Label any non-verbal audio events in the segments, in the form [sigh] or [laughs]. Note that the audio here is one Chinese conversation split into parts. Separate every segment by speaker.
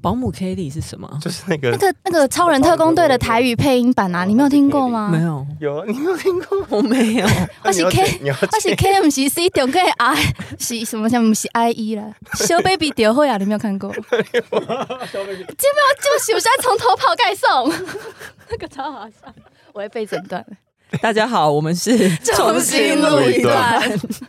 Speaker 1: 保姆 Kelly 是什么？
Speaker 2: 就是那个
Speaker 3: 那个那个超人特工队的台语配音版啊，你没有听过吗
Speaker 1: 没？有，
Speaker 2: 有你有听过？
Speaker 1: 我没有。
Speaker 3: [laughs] 我是
Speaker 2: 你要
Speaker 3: [laughs] K
Speaker 2: 剪你要
Speaker 3: 我是 K M C C 点 K R 是什么什么是 I E 啦，小 baby 点会啊，你没有看 [laughs] 过？这边就首先从头跑盖送， [laughs] 那个超好笑，我会被诊断。
Speaker 1: [laughs] 大家好，我们是
Speaker 3: [laughs] 重新录
Speaker 2: 一段，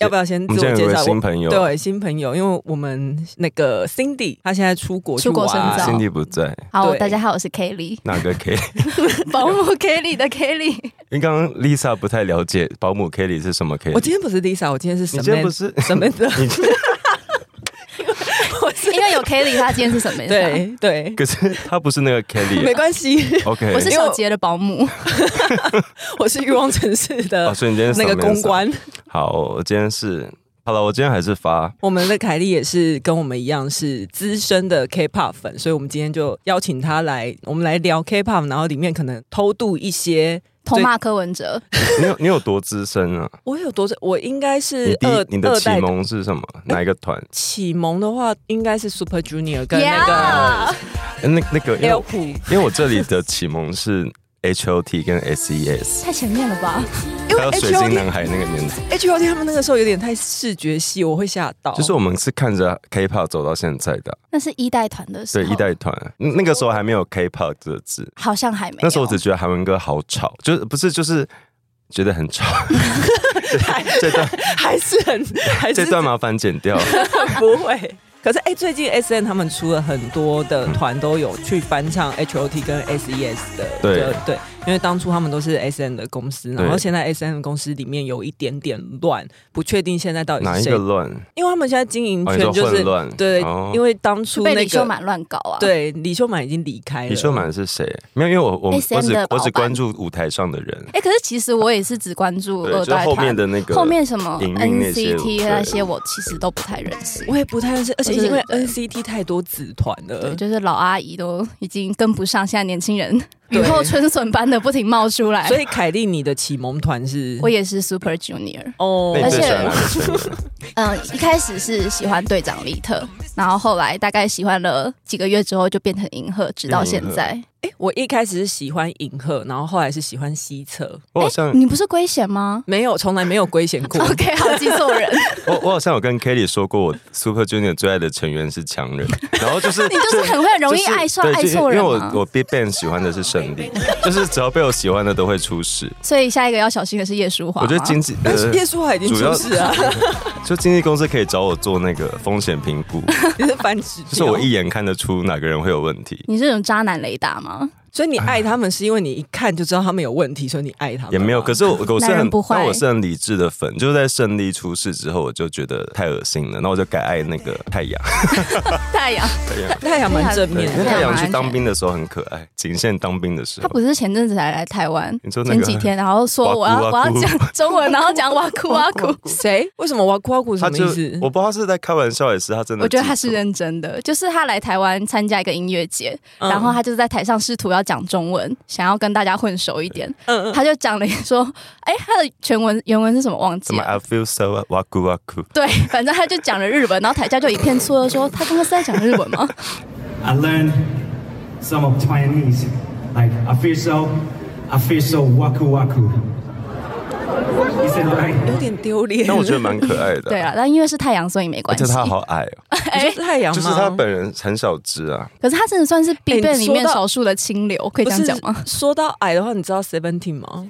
Speaker 1: 要不要先
Speaker 2: 我
Speaker 1: 自
Speaker 2: 们
Speaker 1: 我
Speaker 2: 现在
Speaker 1: 介
Speaker 2: 有个
Speaker 1: 绍？
Speaker 2: 新朋友，
Speaker 1: 对新朋友，因为我们那个 Cindy 她现在出国去
Speaker 3: 出国深造
Speaker 1: 玩，
Speaker 2: ，Cindy 不在，
Speaker 3: 好，
Speaker 1: 对
Speaker 3: 大家好，我是 Kelly，
Speaker 2: 哪个 K？
Speaker 3: 保姆 Kelly 的 Kelly，
Speaker 2: 因为刚刚 Lisa 不太了解保姆 Kelly 是什么 Kelly。
Speaker 1: 我今天不是 Lisa，我今天是
Speaker 2: 你今天不
Speaker 1: Samantha， [laughs]
Speaker 2: 是
Speaker 3: [laughs]
Speaker 1: Samantha，
Speaker 2: 你今天，
Speaker 1: 我是
Speaker 3: [laughs] 因为有 Kelly，他今天是什么？，啊
Speaker 1: 对
Speaker 2: [laughs]
Speaker 1: 对，
Speaker 2: 可是她不是那个
Speaker 1: 没
Speaker 2: Kelly。
Speaker 1: 关系， [laughs]
Speaker 2: OK，
Speaker 3: 我是小杰的保姆，
Speaker 1: 我是欲望城市
Speaker 2: 哦，
Speaker 1: 的
Speaker 2: 所以你今天是
Speaker 1: 那个
Speaker 2: Samantha
Speaker 1: 公。关。
Speaker 2: 好，我今天是好了，我今天还是发。
Speaker 1: 我们的凯莉也是跟我们一样是资深的 K-pop 粉，所以我们今天就邀请她来，我们来聊 K-pop，然后里面可能偷渡一些。
Speaker 3: 偷骂柯文哲，
Speaker 2: 你有你有多资深啊？
Speaker 1: 我有多少？我应该 [laughs] 是
Speaker 2: 你第
Speaker 1: 二
Speaker 2: 一你的
Speaker 1: 二
Speaker 2: 启
Speaker 1: 代
Speaker 2: 蒙是什么？哪一个
Speaker 1: [laughs]
Speaker 2: 团？
Speaker 1: 启蒙的话，应该是 Super Junior 跟那
Speaker 3: Yeah [laughs]
Speaker 2: 哎那那个，
Speaker 1: 个
Speaker 2: 因为
Speaker 1: L
Speaker 2: 我
Speaker 1: 普。
Speaker 2: 因为我这里的启蒙是 H O T 跟 S E S，
Speaker 3: 太前面了吧？
Speaker 1: 因
Speaker 2: 还
Speaker 1: 为
Speaker 2: 有
Speaker 1: H
Speaker 2: 水
Speaker 1: O
Speaker 2: 晶
Speaker 1: T
Speaker 2: 男孩那个年代。
Speaker 1: H O T 他们那个时候有点太视觉系，我会吓到。
Speaker 2: 就是我们是看着 K-pop 走到现在的，啊
Speaker 3: 那是一代团的时
Speaker 2: 对
Speaker 3: 候，
Speaker 2: 一代团，嗯那个时候还没有 K-pop 这个字，
Speaker 3: 好像还没有。
Speaker 2: 那时候我只觉得韩文歌好吵，就是不是就是觉得很吵。这这段
Speaker 1: [laughs] 还是很还是
Speaker 2: [laughs] 这段麻烦剪掉。
Speaker 1: 不会。可是哎、最近 S N 他们出了很多的团都有去翻唱 H O T 跟 S E S 的
Speaker 2: 对
Speaker 1: 歌，对，因为当初他们都是 S N 的公司，
Speaker 2: 对
Speaker 1: 然后现在 S N 公司里面有一点点乱，不确定现在到底
Speaker 2: 哪
Speaker 1: 是
Speaker 2: 一
Speaker 1: 谁，
Speaker 2: 个乱？
Speaker 1: 因为他们现在经营
Speaker 2: 哦，你
Speaker 1: 权
Speaker 2: 说
Speaker 1: 就
Speaker 2: 混
Speaker 1: 是、
Speaker 2: 乱？哦
Speaker 1: 对，因
Speaker 2: 为
Speaker 1: 为当初
Speaker 3: 被
Speaker 1: 那
Speaker 3: 李秀
Speaker 1: 个
Speaker 3: 满乱搞啊，，
Speaker 1: 对李秀满已经离开了，
Speaker 2: 李秀满是谁？没有，因为我我我
Speaker 3: SM
Speaker 2: 只
Speaker 3: 的
Speaker 2: 我只
Speaker 3: 老板
Speaker 2: 关注舞台上的人，
Speaker 3: 哎、可是其实我也是只关注
Speaker 2: 对，就
Speaker 3: 二
Speaker 2: 是
Speaker 3: 代
Speaker 2: 后
Speaker 3: 团
Speaker 2: 面的那个
Speaker 3: 后面什么
Speaker 2: 营运那些
Speaker 3: NCT
Speaker 2: 对
Speaker 3: 那些，我其实都不太认识。
Speaker 1: 我也不太认识，而且因为
Speaker 3: 我是
Speaker 1: N C T 太多子团了
Speaker 2: 呃
Speaker 3: 对，，就是老阿姨都已经跟不上现在年轻人，
Speaker 1: 对
Speaker 3: 雨后春笋般的不停冒出来。
Speaker 1: 所以凯莉你的启蒙团是
Speaker 3: 哎我也是 Super Junior，
Speaker 1: 哦，
Speaker 2: 那你
Speaker 3: 而
Speaker 2: 最
Speaker 3: 且
Speaker 2: 喜欢哪个成
Speaker 3: [laughs]
Speaker 2: 员？
Speaker 3: 嗯，一开始是喜欢队长利特，然后后来大概喜欢了几个月之后就变成银赫，直到现在。
Speaker 1: 我一开始是喜欢银赫，然后后来是喜欢西侧，
Speaker 2: 我好像
Speaker 3: 你不是龟贤吗
Speaker 1: 没有，从来没有龟贤过。
Speaker 3: [laughs] ？OK，好，记错人，
Speaker 2: 我我好像有跟 Kelly 说过，我 Super Junior 最爱的成员是强
Speaker 3: [laughs]
Speaker 2: 人，然后就是
Speaker 3: 你就是很会容易爱上
Speaker 2: 对
Speaker 3: 爱
Speaker 2: 就
Speaker 3: 错
Speaker 2: 因为
Speaker 3: 人啊
Speaker 2: 我
Speaker 3: 嘛。
Speaker 2: 我 Big Bang 喜欢的是
Speaker 3: [laughs]
Speaker 2: 胜利，就是只要被我喜欢的都会出事。
Speaker 3: 所以下一个要小心的是叶舒华
Speaker 2: 我
Speaker 3: 吗。
Speaker 2: 觉得经纪
Speaker 1: 但是
Speaker 2: 呃，
Speaker 1: 叶舒华已经出事啊，
Speaker 2: 就经纪公司可以找我做那个风险评
Speaker 3: [laughs]
Speaker 2: 估，
Speaker 1: 你是反指标
Speaker 2: 就是我一眼看得出哪个人会有问题，
Speaker 3: 你是那种渣男雷达吗？
Speaker 1: 所以你爱他们是因为你一看就知道他们有问题，所以你爱他们吗
Speaker 2: 也没有。可是我我是
Speaker 3: 男
Speaker 2: 很
Speaker 3: 哦人不，坏
Speaker 2: 但我是很理智的粉，就是在胜利出事之后，我就觉得太恶心了，那我就改爱那个太
Speaker 3: [laughs]
Speaker 2: 阳。
Speaker 3: 太阳，
Speaker 1: 太阳蛮正
Speaker 2: 对，
Speaker 1: 面
Speaker 2: 因为
Speaker 3: 太
Speaker 2: 太
Speaker 1: 的，
Speaker 3: 阳
Speaker 2: 阳
Speaker 3: 蛮
Speaker 2: 去
Speaker 3: 安
Speaker 2: 当
Speaker 3: 全
Speaker 2: 兵的时候很可爱，仅限当兵的时
Speaker 3: 他
Speaker 2: 候。
Speaker 3: 不是前阵子才来台湾，
Speaker 2: 你说那
Speaker 3: 前
Speaker 2: 个
Speaker 3: 几天，然后说
Speaker 2: [laughs]
Speaker 3: 我
Speaker 2: 哇
Speaker 3: 要我
Speaker 2: 哭哇
Speaker 3: 要
Speaker 2: 哭
Speaker 3: 讲中文，然后讲哇哭哇
Speaker 2: [laughs]
Speaker 3: 哭。
Speaker 1: 谁？为什么哇酷哇酷什
Speaker 2: 他
Speaker 1: 么
Speaker 2: 就
Speaker 1: 意思？
Speaker 2: 我不知道他是在开玩笑，也是他真的。
Speaker 3: 我觉得他是认真的，就是他来台湾参加一个音乐节，
Speaker 1: 嗯
Speaker 3: 然后他就在台上试图要讲中文，想要跟大家混熟一点，
Speaker 1: 嗯嗯，
Speaker 3: 他就讲了说，哎，他的全文原文是什么忘
Speaker 2: 什
Speaker 3: 记
Speaker 2: 么 [laughs]
Speaker 3: 了。
Speaker 2: I feel so 哇酷哇酷，
Speaker 3: 对，反正他就讲了日文，然后台下就一片错愕，说他刚刚是在讲日文吗？
Speaker 4: I learned some of Chinese, like afiso, afiso waku waku. Is it right?
Speaker 1: 有点丢脸。
Speaker 2: 但我觉得蛮可爱的。
Speaker 3: [laughs] 对啊，但因为是太阳，所以没
Speaker 2: 而
Speaker 3: 关系哎
Speaker 2: 且。他
Speaker 3: [laughs]
Speaker 2: 好矮哦，
Speaker 1: 你说太阳
Speaker 2: 就是他
Speaker 1: 吗？
Speaker 2: 本人很小只啊。
Speaker 3: 可是他真的算是 B
Speaker 1: 哎你
Speaker 3: b 里面
Speaker 1: 说到
Speaker 3: 少数的清流，可以
Speaker 1: 不
Speaker 3: 这样
Speaker 1: 是
Speaker 3: 讲吗？
Speaker 1: 说到矮的话，你知道 Seventeen 吗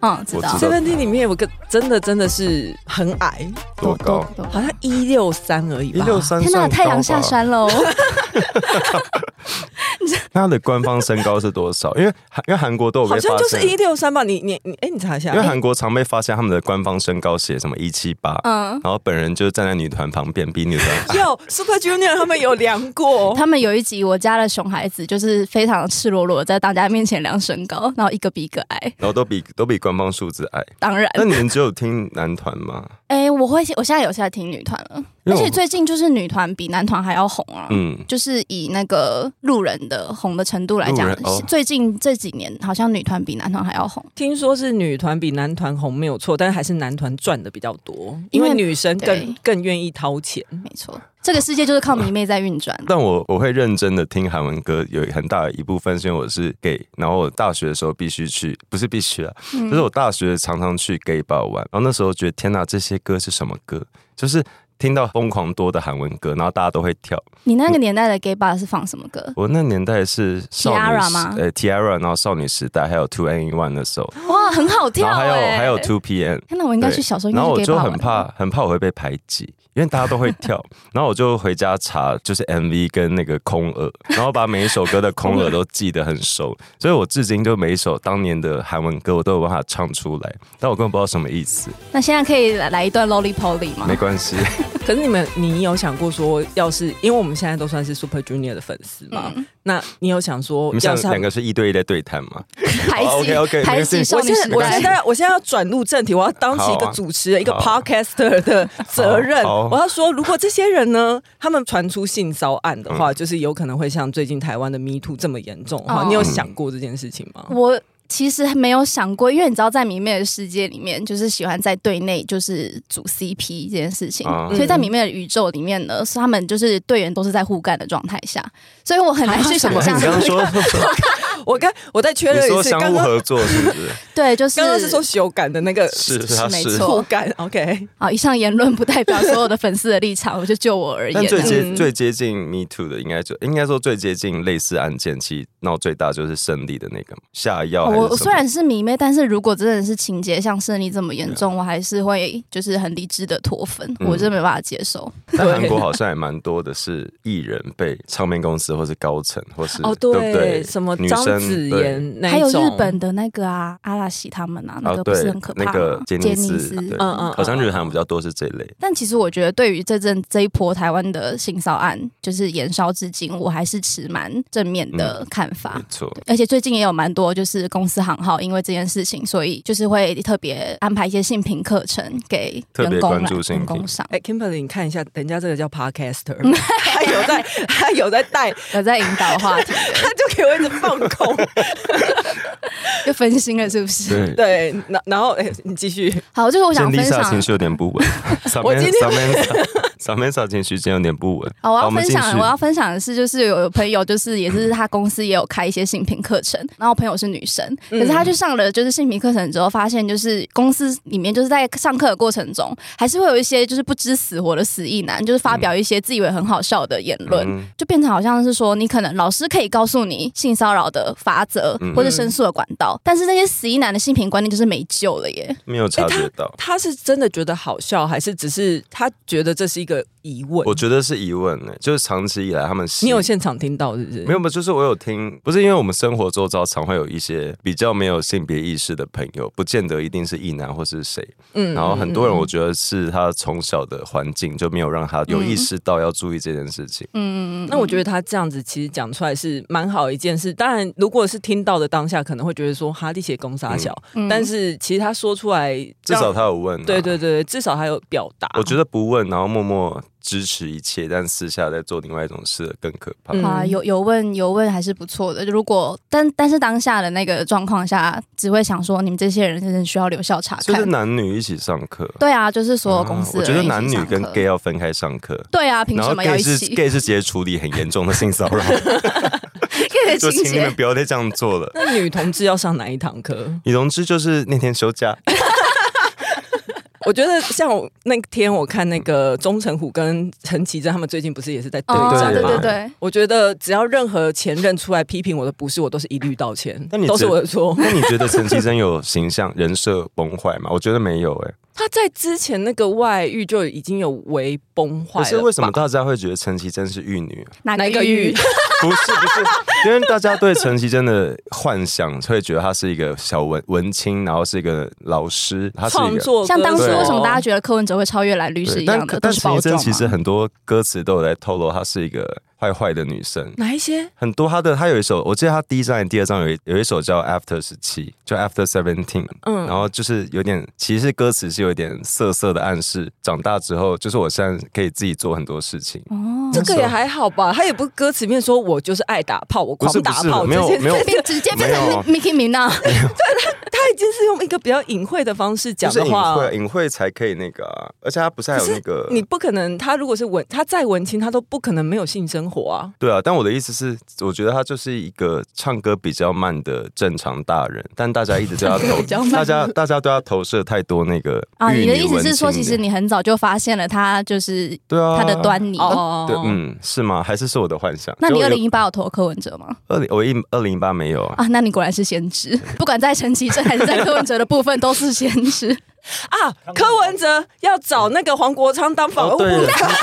Speaker 3: 嗯，知
Speaker 2: 我
Speaker 3: 道
Speaker 2: 知道
Speaker 1: ？Seventeen 里面有个真的真的是很矮，
Speaker 2: 多高
Speaker 3: 多
Speaker 1: 好像一六三而已
Speaker 2: 一
Speaker 1: 吧。
Speaker 2: 六三，
Speaker 3: 天哪，太阳下。山喽！
Speaker 2: 那他的官方身高是多少？因为韩因为韩国都有
Speaker 1: 好
Speaker 2: 被
Speaker 1: 像
Speaker 2: 发
Speaker 1: 就是
Speaker 2: 现，
Speaker 1: 一六三吧？你你你，哎、你查一下
Speaker 2: 因为。韩国常被发现他们的官方身高写什么一七八，
Speaker 3: 嗯
Speaker 2: 然后本人就站在女团旁边，比女团矮。
Speaker 1: 哎有 Super Junior 他们有量过，
Speaker 3: [laughs] 他们有一集我家的熊孩子就是非常赤裸裸地在大家面前量身高，然后一个比一个矮。
Speaker 2: 然后都比 [laughs] 都比官
Speaker 1: [laughs]
Speaker 2: 方数字矮。
Speaker 3: 当然，
Speaker 2: 那你们只有听男团吗？
Speaker 3: 哎、我会我现在有在听女团了，
Speaker 2: 因
Speaker 3: 而
Speaker 2: 为我
Speaker 3: 且最近就是女团比男团还要红啊。
Speaker 2: 嗯，
Speaker 3: 就是以那个路人的红的程度来
Speaker 2: 路
Speaker 3: 讲
Speaker 2: 人，哦
Speaker 3: 最近这几年好像女团比男团还要红。
Speaker 1: 听说是女团比男团红没有错，但还是男团赚的比较多，因
Speaker 3: 因为
Speaker 1: 为女生更
Speaker 3: 对
Speaker 1: 更愿意掏钱。
Speaker 3: 没错，这个世界就是靠迷妹在运转。
Speaker 2: 但我我会认真的听韩文歌，有很大的一部分是因为我是 gay，然后我大学的时候必须去，不是必须啊，
Speaker 1: 嗯
Speaker 2: 就是我大学常常去 gay bar 玩，然后那时候觉得天哪，这些歌是什么歌？就是听到疯狂多的韩文歌，然后大家都会跳。
Speaker 3: 你那个年代的 gay bar 是放什么歌？
Speaker 2: 我那年代是少女
Speaker 3: Tiara
Speaker 2: 时
Speaker 3: 吗
Speaker 2: 呃 Tiara，然后少女时代，还有 Two N One 的时候，
Speaker 1: 哦
Speaker 3: 哇，很好跳
Speaker 2: 然后还有
Speaker 3: 哎！
Speaker 2: 还有 Two PM，
Speaker 3: 天哪，我应该去小时候应该
Speaker 2: 然后
Speaker 3: 去
Speaker 2: 我
Speaker 3: gay
Speaker 2: 就
Speaker 3: bar
Speaker 2: 很
Speaker 3: 玩
Speaker 2: 怕
Speaker 3: 的。，
Speaker 2: 很怕我会被排挤，因为大家都会跳。然后我就回家查，就是 MV 跟那个空耳，然后把每一首歌的空耳都记得很熟，所以我至今就每一首当年的韩文歌我都有办法唱出来，但我根本不知道什么意思。
Speaker 3: 那现在可以来来一段 Lolly Polly 吗
Speaker 2: 没？关系，
Speaker 1: 可是你们，你有想过说，要是因为我们现在都算是 Super Junior 的粉丝嘛，
Speaker 3: 嗯
Speaker 1: 那你有想
Speaker 2: 我
Speaker 1: 说
Speaker 2: 们，
Speaker 1: 要
Speaker 2: 像
Speaker 1: 是他
Speaker 2: 两个是一对一的对谈嘛？
Speaker 3: 排
Speaker 2: 哦
Speaker 3: 挤、
Speaker 2: ，OK，OK，
Speaker 3: 排
Speaker 2: 没
Speaker 3: 挤
Speaker 2: 事
Speaker 3: 少
Speaker 1: 我
Speaker 3: 女
Speaker 1: 现
Speaker 3: 时
Speaker 1: 在，我现
Speaker 3: 代。
Speaker 1: 在，我现在要转入正题，我要当起一个
Speaker 2: 好啊
Speaker 1: 主持人、一个
Speaker 2: 好啊
Speaker 1: podcaster
Speaker 2: [laughs]
Speaker 1: 的责任。
Speaker 2: 好好
Speaker 1: 我要说，如果这些人呢，他们传出性骚案的
Speaker 2: 嗯
Speaker 1: 话，就是有可能会像最近台湾的 Me Too 这么严重的话，
Speaker 3: 哦
Speaker 1: 你有想过这件事情吗？
Speaker 3: 我其实没有想过，因为你知道，在迷妹的世界里面，就是喜欢在队内就是组 CP 这件事情，
Speaker 2: 啊
Speaker 3: 所以在迷妹的宇宙里面呢，是他们就是队员都是在互干的状态下，所以我很难去想
Speaker 2: [laughs] 你
Speaker 3: 象
Speaker 2: 刚。刚说，
Speaker 1: 我刚我再确
Speaker 2: 你
Speaker 1: 认一
Speaker 2: 说
Speaker 1: 次，
Speaker 2: 相
Speaker 1: 刚
Speaker 2: 互
Speaker 1: 刚
Speaker 2: 合作是不是？
Speaker 3: 对，就是
Speaker 1: 刚刚是说修改的那个
Speaker 2: 是，
Speaker 3: 是
Speaker 2: 他
Speaker 3: 没
Speaker 2: 是
Speaker 3: 错。
Speaker 1: 口感，OK。
Speaker 3: 啊，以上言论不代表所有的粉丝的立场，我就就我而言
Speaker 2: 但。最接、
Speaker 1: 嗯
Speaker 2: 最接近 Me Too 的，应该就应该说最接近类似案件，其实闹最大就是胜利的那个嘛下哦药还是什么。
Speaker 3: 哦我我虽然是迷妹，但是如果真的是情节像胜利这么严重，我还是会就是很理智的脱粉，
Speaker 2: 啊嗯
Speaker 3: 我真的没办法接受。
Speaker 2: 但
Speaker 1: 对
Speaker 2: 韩国好像也蛮多的是艺人被唱片公司或是高层或是
Speaker 1: 哦，
Speaker 2: 对不对？
Speaker 1: 什么
Speaker 2: 女
Speaker 1: 张
Speaker 2: 生
Speaker 1: 子
Speaker 2: 对
Speaker 1: 妍那
Speaker 3: 还有
Speaker 1: 一种，
Speaker 3: 日本的那个啊，阿拉西他们啊，那
Speaker 2: 哦
Speaker 3: 个不
Speaker 2: 对
Speaker 3: 是很可怕吗？
Speaker 2: 那个杰尼斯对
Speaker 1: 嗯嗯，
Speaker 2: 好像
Speaker 1: 嗯
Speaker 2: 日韩比较多是这类。
Speaker 3: 但其实我觉得，对于这阵这一波台湾的性骚案，就是延烧至今，我还是持蛮正面
Speaker 2: 嗯
Speaker 3: 的看法。
Speaker 2: 没错，
Speaker 3: 而且最近也有蛮多就是公司行号因为这件事情，所以就是会特别安排一些性平课程给
Speaker 2: 特别
Speaker 3: 员工
Speaker 2: 关
Speaker 3: 啦
Speaker 2: 注性
Speaker 3: 员工
Speaker 2: 平
Speaker 3: 上，
Speaker 1: 哎，Kimberly，你看一下，人家这个叫 [laughs] podcaster，他有在，他有在带，
Speaker 3: 有在引导
Speaker 2: [laughs]
Speaker 3: 话 [laughs] 题，
Speaker 1: 他就给我一直放空。
Speaker 3: [laughs] 又分心了是不是？
Speaker 2: 对。
Speaker 1: 对，然然后哎，你继
Speaker 2: [laughs]
Speaker 1: 续。
Speaker 3: 好，就是我
Speaker 2: 今
Speaker 3: 想
Speaker 2: 天
Speaker 3: 分
Speaker 2: Lisa 情
Speaker 3: 享
Speaker 2: 绪，有点不稳
Speaker 1: 我今天
Speaker 2: ，Samantha [laughs] Samantha 情绪今天有点不稳。
Speaker 3: 好，哦我要
Speaker 2: 们
Speaker 3: 分
Speaker 2: 继
Speaker 3: 享，
Speaker 2: 续
Speaker 3: 我要分享的是，就是有朋友就是也是他公司也有开一些性平课程，然后我朋友是女生，可是她去上了就是性平课程之后，发现就是公司里面就是在上课的过程中，还是会有一些就是不知死活的死意男，就是发表一些自以为很好笑的言论，
Speaker 2: 嗯
Speaker 3: 就变成好像是说，你可能老师可以告诉你性骚扰的法则
Speaker 2: 嗯
Speaker 3: 或者申诉的管道，但是那些死意男的性平观念就是没救了耶。
Speaker 2: 没有察觉到。
Speaker 1: 他是真的觉得好笑，还是只是他觉得这是一个疑问？
Speaker 2: 我觉得是疑问呢，就是长期以来他们
Speaker 1: 你有
Speaker 2: 习
Speaker 1: 现场听到是不是？
Speaker 2: 没有，没有，就是我有听，不是因为我们生活周遭常会有一些比较没有性别意识的朋友，不见得一定是异男或是谁。
Speaker 1: 嗯
Speaker 2: 然后很多人，我觉得是他从小的环境就没有让他有意识到要注意这件事情。
Speaker 3: 嗯，
Speaker 1: 那我觉得他这样子其实讲出来是蛮好一件事。当然，如果是听到的当下，可能会觉得说哈利写攻杀小，但是其实他说出来，
Speaker 2: 嗯至少他有问、啊
Speaker 1: 对对。对，至少还有表达。
Speaker 2: 我觉得不问，然后默默支持一切，但私下在做另外一种事更可怕。
Speaker 1: 嗯
Speaker 3: 好啊，有有问有问还是不错的。如果但但是当下的那个状况下，只会想说你们这些人真的需要留校查
Speaker 2: 就是
Speaker 3: 看。
Speaker 2: 男女一起上课，
Speaker 3: 对啊，就是所有公
Speaker 2: 啊
Speaker 3: 司、
Speaker 2: 我觉得男女跟 gay 要分开上课。
Speaker 3: 对啊，凭
Speaker 2: 然
Speaker 3: 什
Speaker 2: 后
Speaker 3: 么要
Speaker 2: gay
Speaker 3: 一
Speaker 2: 是
Speaker 3: 起
Speaker 2: gay 是直接处理很严重的性骚
Speaker 3: [laughs]
Speaker 2: 扰，
Speaker 3: ？gay 的
Speaker 2: 就
Speaker 3: 情
Speaker 2: 请你们
Speaker 3: 节
Speaker 2: 不要再这样做了。
Speaker 1: 那女同志要上哪一堂
Speaker 2: [laughs]
Speaker 1: 课？
Speaker 2: 李荣之就是那天休假，
Speaker 1: 我觉得像我那天我看那个钟成虎跟陈绮贞他们最近不是也是在对
Speaker 3: 哦
Speaker 1: 战吗？
Speaker 3: 对对
Speaker 2: 嘛
Speaker 3: 对，
Speaker 1: 我觉得只要任何前任出来批评我的不是，我都是一律道歉
Speaker 2: 那你，
Speaker 1: 都是
Speaker 2: 觉
Speaker 1: 我的错。
Speaker 2: 那你觉得陈绮贞有形象人设崩坏吗？我觉得没有哎、
Speaker 1: [laughs] 他在之前那个外遇就已经有为崩坏
Speaker 2: 可
Speaker 1: 了吧，
Speaker 2: 是为什么大家会觉得陈绮贞是玉女？啊
Speaker 3: 哪
Speaker 1: 哪一个
Speaker 3: 玉
Speaker 1: 玉？
Speaker 2: 不是不是，因为大家对陈绮贞的幻想会觉得她是一个小文文青，然后是一个老师，她是一
Speaker 1: 创
Speaker 2: 个。
Speaker 1: 作歌手？
Speaker 3: 像当初
Speaker 2: 对哦
Speaker 3: 为什么大家觉得柯文哲会超越蓝律师
Speaker 2: 对
Speaker 3: 一
Speaker 2: 但
Speaker 3: 样的，
Speaker 2: 但
Speaker 3: 都是
Speaker 2: 陈
Speaker 3: 包
Speaker 2: 绮贞
Speaker 3: 装
Speaker 2: 其实
Speaker 3: 嘛？
Speaker 2: 很多歌词都有在透露，她是一个坏坏的女生。
Speaker 1: 哪一些？
Speaker 2: 很多他的，他有一首，我记得他第一张、第二张有一有一首叫 After 十七，就 After Seventeen，嗯，然后就是有点，其实歌词是有点色色的暗示，长大之后就是我现在可以自己做很多事情，
Speaker 3: 哦
Speaker 1: 这
Speaker 2: 啊
Speaker 1: 个也还好吧，他也不歌词里面说我就是爱打炮，我狂
Speaker 2: 不是不
Speaker 1: 打
Speaker 2: 是
Speaker 1: 炮，
Speaker 2: 没有
Speaker 1: 这件
Speaker 2: 没有
Speaker 1: 这
Speaker 3: 变直接变
Speaker 2: 没有
Speaker 3: 成 Mickey Mina，
Speaker 1: [laughs] 他已经是用一个比较隐晦的方式
Speaker 2: 就
Speaker 1: 讲
Speaker 2: 是
Speaker 1: 的
Speaker 2: 隐
Speaker 1: 话，
Speaker 2: 晦呃隐晦才可以那个、啊，而且他不是还有那个
Speaker 1: 你不可能，他如果是文，他再文青，他都不可能没有性生活啊。
Speaker 2: 对啊，但我的意思是，我觉得他就是一个唱歌比较慢的正常大人，但大家一直对
Speaker 3: [laughs]
Speaker 2: 他
Speaker 3: 比较
Speaker 2: 投，
Speaker 3: 慢
Speaker 2: 大家大家对他投射太多那个
Speaker 3: 啊，
Speaker 2: 玉
Speaker 3: 你的
Speaker 2: 女
Speaker 3: 意思
Speaker 2: 文
Speaker 3: 是说，
Speaker 2: 青
Speaker 3: 其实
Speaker 2: 脸
Speaker 3: 你很早就发现了他就是
Speaker 2: 对啊
Speaker 3: 他的端倪。
Speaker 1: 哦
Speaker 2: 对，嗯，是吗？还是是我的幻想？
Speaker 3: 那你二零
Speaker 2: 一
Speaker 3: 一八有投柯文哲吗？
Speaker 2: 二零我一二零一八没有啊？
Speaker 3: 啊，那你果然是先知， [laughs] 不管在陈其正还是在柯文哲的部分，都是先知。
Speaker 1: 啊，柯文哲要找那个黄国昌当法务
Speaker 2: 哦，
Speaker 1: 部
Speaker 2: 对
Speaker 1: 长，
Speaker 2: 了，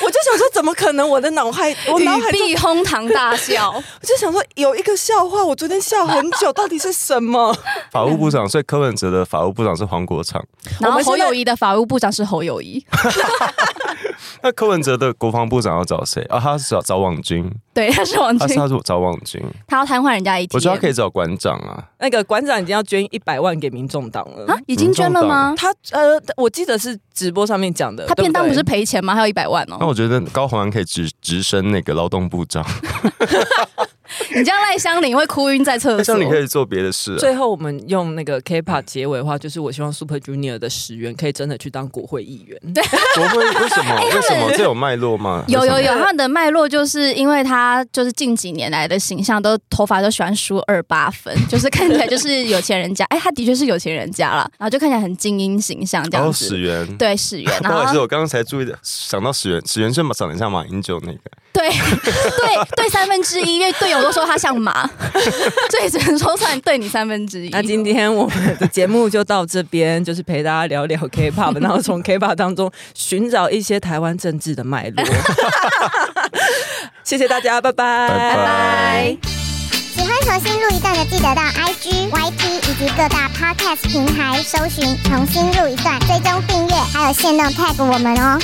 Speaker 1: 我就想说，怎么可能？我的脑海，我
Speaker 3: 语
Speaker 1: 脑海中，
Speaker 3: 必哄堂大笑，
Speaker 1: 我就想说，有一个笑话，我昨天笑很久，到底是什么？
Speaker 2: 法务部长，所以柯文哲的法务部长是黄国昌，
Speaker 1: 我
Speaker 3: 然后
Speaker 1: 们现
Speaker 3: 侯
Speaker 1: 在
Speaker 3: 友谊的法务部长是侯友谊，
Speaker 2: 那柯文哲的国防部长要找谁啊？他是找找网军，
Speaker 3: 对，他是王
Speaker 2: 他是
Speaker 3: 军，
Speaker 2: 他是找网军，
Speaker 3: 他要瘫痪人家一天。
Speaker 2: 我觉得他可以找馆长啊，
Speaker 1: [laughs] 那个馆长已经要捐一百万给民众党了。
Speaker 3: 啊，已经捐了吗？
Speaker 1: 他呃，我记得是直播上面讲的，
Speaker 3: 他
Speaker 1: 对
Speaker 3: 便当
Speaker 1: 对
Speaker 3: 不是赔钱吗？还有一百万
Speaker 2: 那
Speaker 3: 哦！
Speaker 2: 我觉得高虹安可以直直升那个劳动部长，
Speaker 3: 你这样赖香林会哭晕
Speaker 2: [laughs]
Speaker 3: 在厕
Speaker 2: 这
Speaker 3: 所
Speaker 2: 样。你可以做别的事啊。
Speaker 1: 最后我们用那个 K-pop 结尾的话，就是我希望 Super Junior 的十元可以真的去当国会议员。对，
Speaker 2: 国会为什么？为什么这有脉络吗？
Speaker 3: 哎有有
Speaker 2: 为什
Speaker 3: 有，他们的脉络就是因为他就是近几年来的形象都头发都喜欢梳二八分， [laughs] 就是看起来就是有钱人家。哎，他的确是有钱人家啦，然后就看起来很精英形象这
Speaker 2: 么。然
Speaker 3: 样
Speaker 2: 后
Speaker 3: 子。
Speaker 2: 史源，
Speaker 3: 对，始
Speaker 2: [laughs]
Speaker 3: 源，
Speaker 2: 不好
Speaker 3: 然
Speaker 2: 意
Speaker 3: 后
Speaker 2: 思，我刚刚才注意的，想到史源，史源是长得像马英九那个，
Speaker 3: 对对对，三分之一，因为队友都说他像马， [laughs] 所以只能说算对你三分之一。
Speaker 1: 那今天我们的节目就到这边，就是陪大家聊聊 K-pop，然后从 K-pop 当中寻找一些台湾政治的脉络。谢谢大家，拜拜，
Speaker 2: 拜
Speaker 3: 拜。
Speaker 5: 喜欢重新录一段的，记得到 IG、YT 以及各大 Podcast 平台搜寻“重新录一段”，追踪订阅，还有限定 tag 我们哦。